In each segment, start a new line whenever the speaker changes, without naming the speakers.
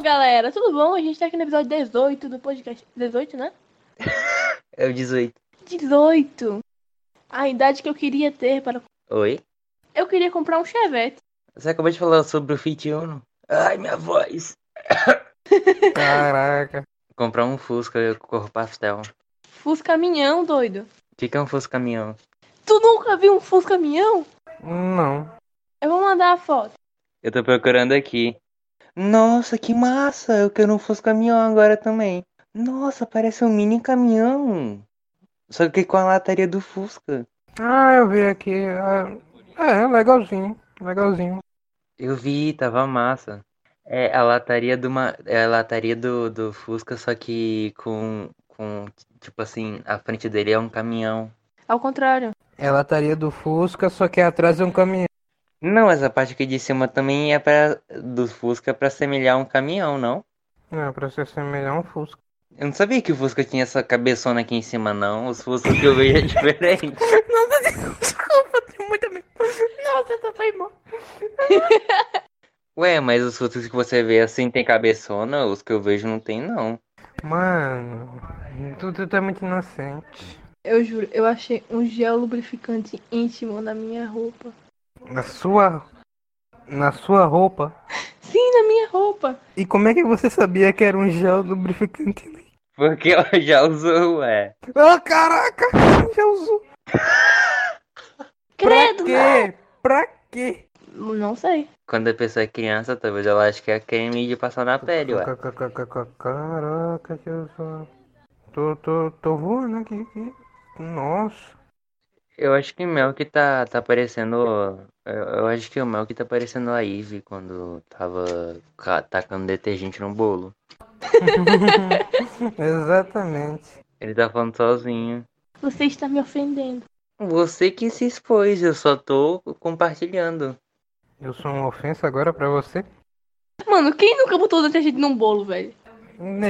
galera, tudo bom? A gente tá aqui no episódio 18 do podcast. 18, né?
É o 18.
18! A idade que eu queria ter para.
Oi?
Eu queria comprar um Chevette.
Você acabou de falar sobre o Fit Uno? Ai, minha voz!
Caraca.
Comprar um Fusca cor pastel.
Fusca Minhão, doido.
O que que é um Fusca caminhão?
Tu nunca viu um Fusca Minhão?
Não.
Eu vou mandar a foto.
Eu tô procurando aqui. Nossa, que massa! Eu quero um Fusca caminhão agora também. Nossa, parece um mini caminhão. Só que com a lataria do Fusca.
Ah, eu vi aqui. ah, É, legalzinho. Legalzinho.
Eu vi, tava massa. É a lataria do ma... é a lataria do, do Fusca, só que com com tipo assim, a frente dele é um caminhão.
Ao contrário.
É a lataria do Fusca, só que atrás é um caminhão.
Não, essa parte aqui de cima também é para do Fusca é pra semelhar um caminhão, não?
É, pra ser semelhante a um Fusca.
Eu não sabia que o Fusca tinha essa cabeçona aqui em cima, não. Os Fuscas que eu vejo é diferente.
Desculpa, tem muita. Nossa, essa foi bom.
Ué, mas os Fuscas que você vê assim tem cabeçona, os que eu vejo não tem, não.
Mano, tudo tá muito inocente.
Eu juro, eu achei um gel lubrificante íntimo na minha roupa.
Na sua. Na sua roupa.
Sim, na minha roupa.
E como é que você sabia que era um gel lubrificante?
Porque ela já usou, ué.
Ah, caraca! Já usou.
Credo!
pra quê? Pra quê?
Não, não sei.
Quando a pessoa é criança, talvez ela ache que é creme de passar na pele, ué.
Ca- ca- ca- ca- ca- Caraca, que eu sou. Tô, tô, tô voando aqui. aqui. Nossa.
Eu acho que o Mel que tá, tá parecendo. Eu, eu acho que o Mel que tá parecendo a Ivy quando tava ca- tacando detergente no bolo.
Exatamente.
Ele tá falando sozinho.
Você está me ofendendo.
Você que se expôs, eu só tô compartilhando.
Eu sou uma ofensa agora pra você?
Mano, quem nunca botou detergente num bolo, velho?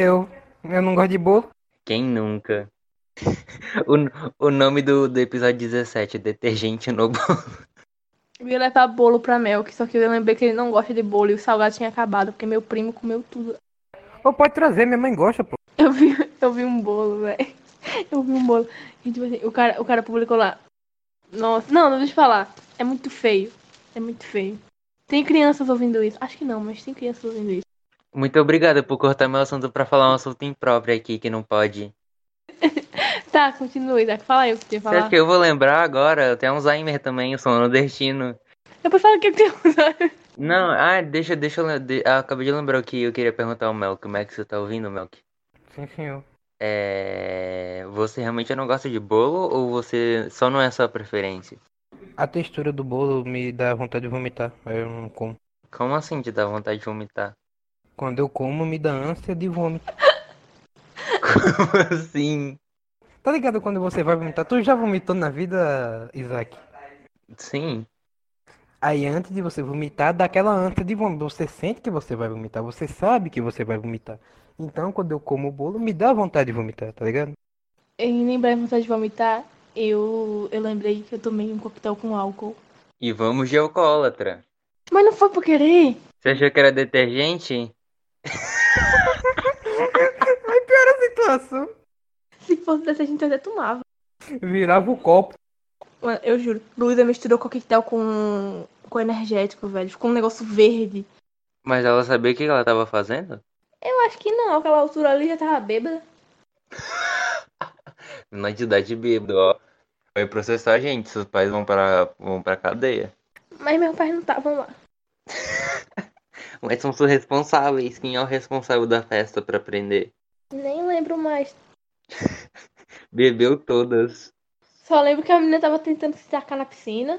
Eu. Eu não gosto de bolo.
Quem nunca? O, n- o nome do, do episódio 17, detergente no bolo.
Eu ia levar bolo pra Mel, que só que eu lembrei que ele não gosta de bolo e o salgado tinha acabado, porque meu primo comeu tudo.
Ou pode trazer, minha mãe gosta, pô.
Eu vi, eu vi um bolo, velho. Eu vi um bolo. E, tipo assim, o cara, o cara publicou lá. Nossa, não, não deixa eu falar. É muito feio. É muito feio. Tem crianças ouvindo isso? Acho que não, mas tem crianças ouvindo isso.
Muito obrigado por cortar meu assunto pra falar um assunto impróprio aqui que não pode.
Tá, continue, Isaac. Fala aí o que tinha
Você acha
falar.
que eu vou lembrar agora? Eu tenho Alzheimer também, eu sou um nordestino.
Depois fala o que eu tenho.
Não, ah, deixa, deixa eu. lem- de- ah, acabei de lembrar o que eu queria perguntar ao Melk. Como é que você tá ouvindo, Melk?
Sim, senhor.
É. Você realmente não gosta de bolo ou você só não é sua preferência?
A textura do bolo me dá vontade de vomitar. Aí eu não como.
Como assim te dá vontade de vomitar?
Quando eu como, me dá ânsia de vômito.
Como assim?
Tá ligado quando você vai vomitar? Tu já vomitou na vida, Isaac?
Sim.
Aí antes de você vomitar, dá aquela ânsia de vômito. Você sente que você vai vomitar, você sabe que você vai vomitar. Então, quando eu como o bolo, me dá vontade de vomitar, tá ligado?
Em lembrar vontade de vomitar, eu, eu lembrei que eu tomei um coquetel com álcool.
E vamos de alcoólatra.
Mas não foi por querer.
Você achou que era detergente?
Aí piora a situação.
Se fosse dessa, a gente até tomava.
Virava o copo.
Mano, eu juro. Luísa misturou coquetel com, com energético, velho. Ficou um negócio verde.
Mas ela sabia o que ela tava fazendo?
Eu acho que não. Aquela altura ali já tava bêbada.
Na idade bêbado, ó. Vai processar a gente, seus pais vão pra, vão pra cadeia.
Mas meus pais não estavam lá.
Mas são seus responsáveis. Quem é o responsável da festa pra prender?
Nem lembro mais.
Bebeu todas.
Só lembro que a menina tava tentando se tacar na piscina.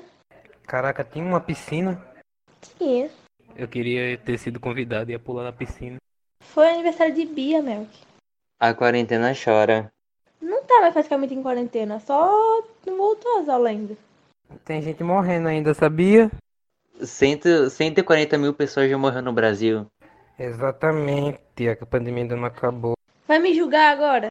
Caraca, tinha uma piscina.
Tinha.
Eu queria ter sido convidado e ia pular na piscina.
Foi aniversário de Bia, Melk.
A quarentena chora.
Não tá mais praticamente em quarentena. Só não voltou as aulas ainda.
Tem gente morrendo ainda, sabia?
Cento, 140 mil pessoas já morreram no Brasil.
Exatamente. A pandemia ainda não acabou.
Vai me julgar agora?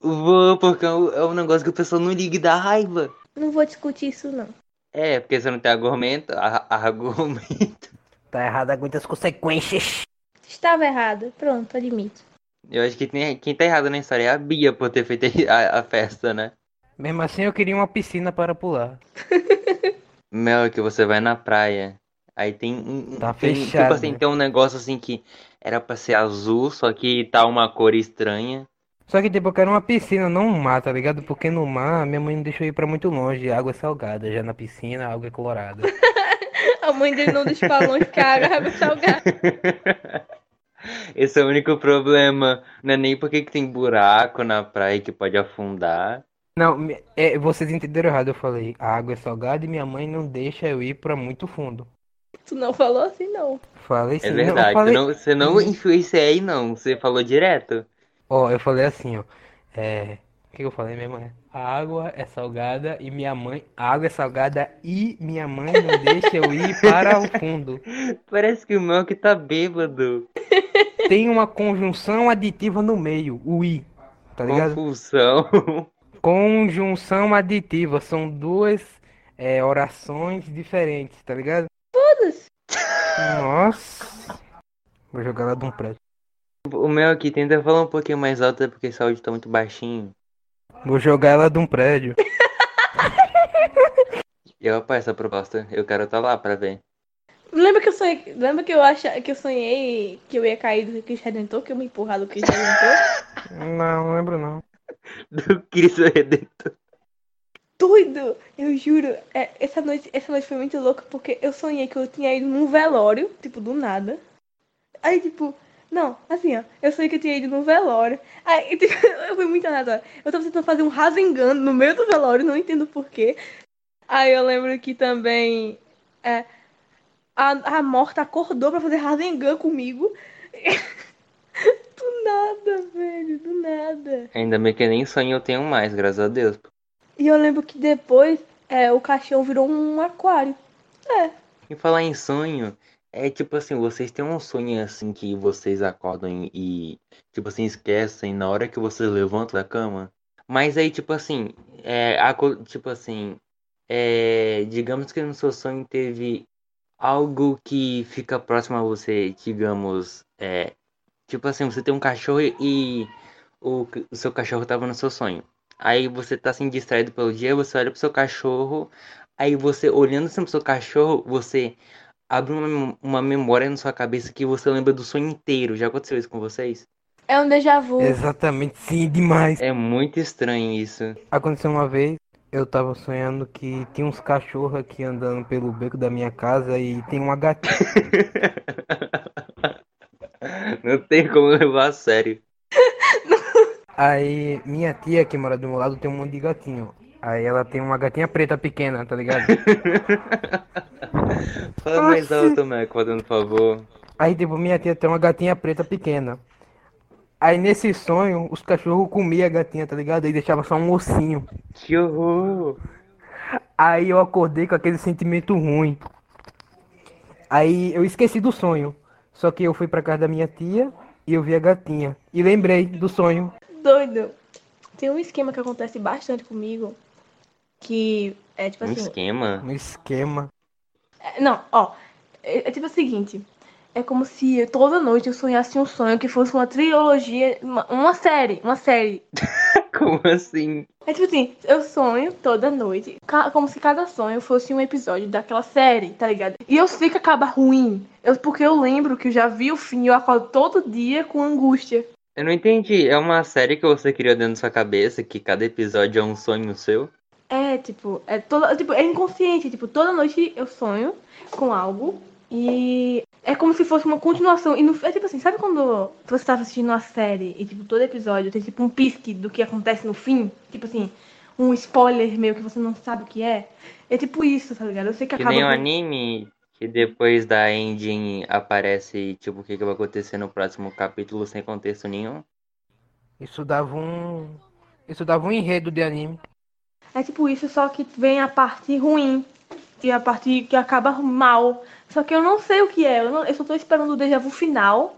Vou, porque é um é um negócio que o pessoal não liga e dá raiva.
Não vou discutir isso, não.
É, porque você não tem argumento. a- argumento.
Tá errado, aguenta as consequências.
Estava errado. Pronto, admito.
Eu acho que tem- quem tá errado na história é a Bia por ter feito a, a festa, né?
Mesmo assim, eu queria uma piscina para pular.
Mel, que você vai na praia. Aí tem um. um-
Tá
tem, Tipo
fechado,
assim,
né?
tem um negócio assim que era pra ser azul, só que tá uma cor estranha.
Só que, tipo, eu quero uma piscina, não um mar, tá ligado? Porque no mar, minha mãe não deixou eu ir pra muito longe. A água é salgada, já na piscina, a água é colorada.
A mãe dele não deixa pra longe, cara. Vai salgar.
Esse é o único problema. Não é nem porque que tem buraco na praia que pode afundar.
Não, me- é, vocês entenderam errado, eu falei. A água é salgada e minha mãe não deixa eu ir pra muito fundo.
Tu não falou assim, não.
Falei sim,
É
não, eu
verdade.
falei... Uhum.
não- você não enfiou isso aí, não. Você falou direto.
Ó, eu falei assim, ó. É... O que que eu falei mesmo? é? A água é salgada e minha mãe... A água é salgada e minha mãe não deixa eu ir para o fundo.
Parece que o Mel que tá bêbado.
Tem uma conjunção aditiva no meio, o i, tá ligado?
Confusão.
Conjunção aditiva, são duas é, orações diferentes, tá ligado?
Foda-se.
Nossa. Vou jogar lá de um prédio.
O Mel aqui tenta falar um pouquinho mais alto porque esse áudio tá muito baixinho.
Vou jogar ela de um prédio.
Eu apoio essa proposta. Eu quero estar lá pra ver.
Lembra que eu sonhei. Lembra que eu acha... que eu sonhei que eu ia cair do Cristo Redentor, que eu me empurrado do Cristo Redentor?
Não, não lembro não.
Do Cristo Redentor.
Doido! Eu juro, é, essa, noite, essa noite foi muito louca porque eu sonhei que eu tinha ido num velório, tipo, do nada. Aí, tipo, não, assim, ó, eu sonhei que eu tinha ido num velório. Aí, tipo, eu fui muito aleatória. Eu tava tentando fazer um Rasengan no meio do velório, não entendo porquê. Aí eu lembro que também é, a, a morta acordou pra fazer Rasengan comigo. do nada, velho, do nada.
Ainda bem que nem sonho eu tenho mais, graças a Deus.
E eu lembro que depois é, o caixão virou um aquário.
E falar em sonho, é tipo assim, vocês têm um sonho assim que vocês acordam e, tipo assim, esquecem na hora que vocês levantam da cama. Mas aí, tipo assim, é, aco- tipo assim, é, digamos que no seu sonho teve algo que fica próximo a você, digamos, é, tipo assim, você tem um cachorro e o, c- o seu cachorro tava no seu sonho. Aí você tá assim distraído pelo dia, você olha pro seu cachorro, aí você olhando assim pro seu cachorro, você abre uma, mem- uma memória na sua cabeça que você lembra do sonho inteiro. Já aconteceu isso com vocês?
É um déjà vu.
Exatamente, sim, demais.
É muito estranho isso.
Aconteceu uma vez, eu tava sonhando que tinha uns cachorros aqui andando pelo beco da minha casa e tem uma gatinha.
Não tem como levar a sério.
Aí minha tia que mora do meu lado tem um monte de gatinho. Aí ela tem uma gatinha preta pequena, tá ligado?
Fala mais alto, Mac, fazendo favor.
Aí tipo, minha tia tem uma gatinha preta pequena. Aí nesse sonho, os cachorros comiam a gatinha, tá ligado? Aí deixava só um ossinho.
Que horror!
Aí eu acordei com aquele sentimento ruim. Aí eu esqueci do sonho. Só que eu fui pra casa da minha tia e eu vi a gatinha. E lembrei do sonho.
Doido. Tem um esquema que acontece bastante comigo. Que é tipo
Um
assim.
esquema?
Um esquema.
é- não, ó. É, é tipo o seguinte. É como se eu- toda noite eu sonhasse um sonho que fosse uma trilogia. Uma, uma série. Uma série.
Como assim?
É tipo assim, eu sonho toda noite. ca- Como se cada sonho fosse um episódio daquela série, tá ligado? E eu sei que acaba ruim. Eu, porque eu lembro que eu já vi o fim e eu acordo todo dia com angústia.
Eu não entendi. É uma série que você criou dentro da sua cabeça, que cada episódio é um sonho seu?
É, tipo, é toda, tipo, é inconsciente, tipo, toda noite eu sonho com algo e é como se fosse uma continuação. E no, é tipo assim, sabe quando você tá assistindo uma série e tipo, todo episódio tem tipo um pisque do que acontece no fim? Tipo assim, um spoiler meio que você não sabe o que é. É tipo isso, tá ligado? Eu sei que
Que
acaba.
nem um
com-
anime que depois da ending aparece, tipo, o que, que vai acontecer no próximo capítulo sem contexto nenhum.
Isso dava um. Isso dava um enredo de anime.
É tipo isso, só que vem a parte ruim. E a parte que acaba mal. Só que eu não sei o que é. Eu, não- eu só tô esperando o déjà vu final.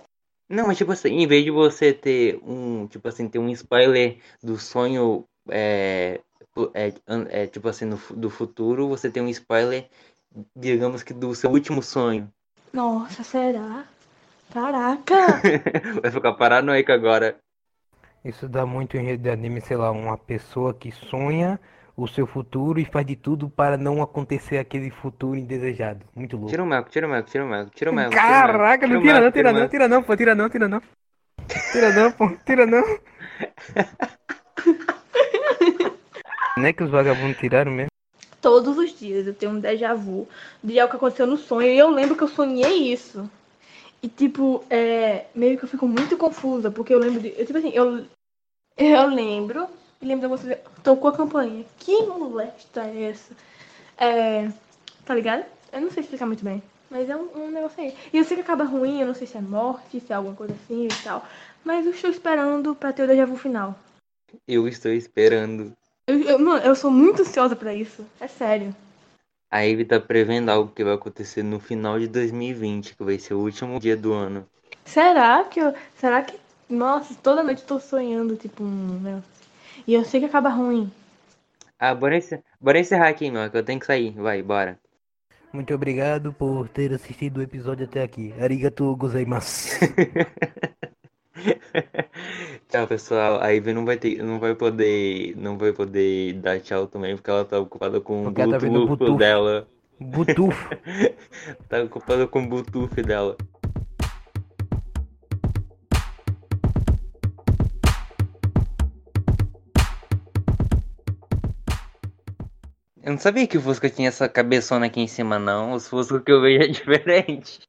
Não, mas tipo assim, em vez de você ter um, tipo assim, ter um spoiler do sonho, é, pu- é, an- é, tipo assim, no fu- do futuro, você tem um spoiler, digamos que do seu último sonho.
Nossa, será? Caraca!
Vai ficar paranoico agora.
Isso dá muito enredo de anime, sei lá, uma pessoa que sonha o seu futuro e faz de tudo para não acontecer aquele futuro indesejado. Muito louco.
Tira o Melco, tira o Melco, tira o Melco, tira o Melco. tira o Melco,
Caraca, não
o
tira não,
Melco,
tira
o
não,
Melco.
tira não, pô, tira não, tira não. Tira não, pô, tira não. Não é que os vagabundos tiraram mesmo?
Todos os dias eu tenho um déjà vu de algo que aconteceu no sonho e eu lembro que eu sonhei isso. E tipo, é, meio que eu fico muito confusa, porque eu lembro de. Eu, tipo assim, eu, eu lembro, e lembro de você. Tocou a campainha. Que molesta é essa? É, tá ligado? Eu não sei explicar muito bem. Mas é um, um negócio aí. E eu sei que acaba ruim, eu não sei se é morte, se é alguma coisa assim e tal. Mas eu estou esperando pra ter o déjà vu final.
Eu estou esperando.
Eu, eu, mano, eu sou muito ansiosa pra isso. É sério.
A Eve tá prevendo algo que vai acontecer no final de 2020, que vai ser o último dia do ano.
Será que eu. Será que. Nossa, toda noite eu tô sonhando, tipo, um. negócio assim. E eu sei que acaba ruim.
Ah, bora, encer- bora encerrar aqui, Melco. Eu tenho que sair. Vai, bora.
Muito obrigado por ter assistido o episódio até aqui. Arigato gozaimasu.
Tchau, Tá, pessoal. A Ivy não vai ter, não vai poder, não vai poder dar tchau também, porque ela tá ocupada com o
Porque ela tá
Bluetooth,
vendo o Bluetooth.
dela.
Butufo.
Tá ocupada com o Bluetooth dela. Eu não sabia que o Fusca tinha essa cabeçona aqui em cima, não. Os Fusca que eu vejo é diferente.